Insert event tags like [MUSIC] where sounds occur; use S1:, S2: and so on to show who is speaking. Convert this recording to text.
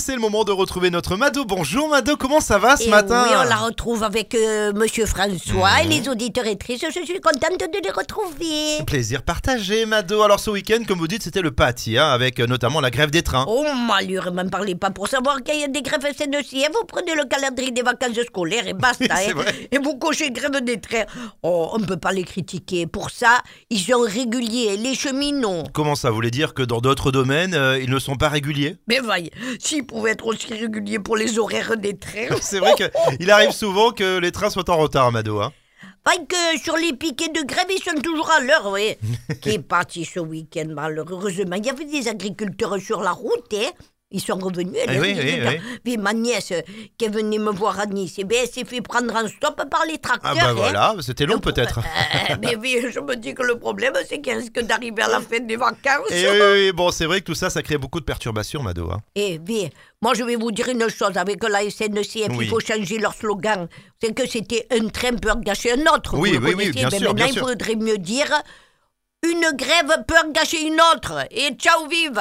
S1: c'est le moment de retrouver notre Mado. Bonjour Mado, comment ça va ce
S2: Et
S1: matin
S2: Eh
S1: Mhm.
S2: oui, on la retrouve avec euh, Monsieur François et les auditeurs et trices. Je suis contente de les retrouver.
S1: Plaisir partagé Mado. Alors ce week-end, comme vous dites, c'était le pâtis, hein, avec euh, notamment la grève des trains.
S2: Oh, malheur, m'en parlez pas pour savoir qu'il y a des grèves SNCF. Vous prenez le calendrier des vacances scolaires et basta.
S1: [LAUGHS] C'est
S2: hein.
S1: vrai.
S2: Et vous cochez grève des trains. Oh, on ne peut pas les critiquer. Pour ça, ils sont réguliers, les cheminots.
S1: Comment ça voulait dire que dans d'autres domaines, euh, ils ne sont pas
S2: [LAUGHS]
S1: réguliers
S2: Mais vaille, s'ils pouvaient être aussi réguliers pour les horaires des trains.
S1: C'est vrai qu'il arrive souvent que les trains soient en retard Mado. hein.
S2: Vaille que sur les piquets de grève, ils sont toujours à l'heure,
S1: [LAUGHS]
S2: oui. Qui est parti ce week-end, malheureusement. Il y avait des agriculteurs sur la route, hein. Ils sont revenus. elle
S1: Ah
S2: a
S1: oui,
S2: dit,
S1: oui,
S2: Putain.
S1: oui.
S2: Puis ma nièce, euh, qui est venue me voir à Nice, eh bien, elle s'est fait prendre en stop par les tracteurs.
S1: Ah bah
S2: hein.
S1: voilà, c'était long
S2: Le pro-
S1: peut-être.
S2: Euh, mais oui, je me dis que le problème, c'est qu'elle risque d'arriver à la fin des vacances.
S1: Et Eh oui, oui, oui, bon, c'est vrai que tout ça, ça crée beaucoup de perturbations Mado. hein.
S2: Eh bien, moi je vais vous dire une chose, avec la SNCF,
S1: Oui.
S2: il faut changer leur slogan. C'est que c'était un train peut gâcher un autre.
S1: Oui,
S2: vous
S1: oui,
S2: le
S1: oui,
S2: connaissez.
S1: bien
S2: Ben,
S1: sûr, bien
S2: Maintenant, il
S1: sûr.
S2: faudrait mieux dire une grève peut gâcher une autre. Et ciao vive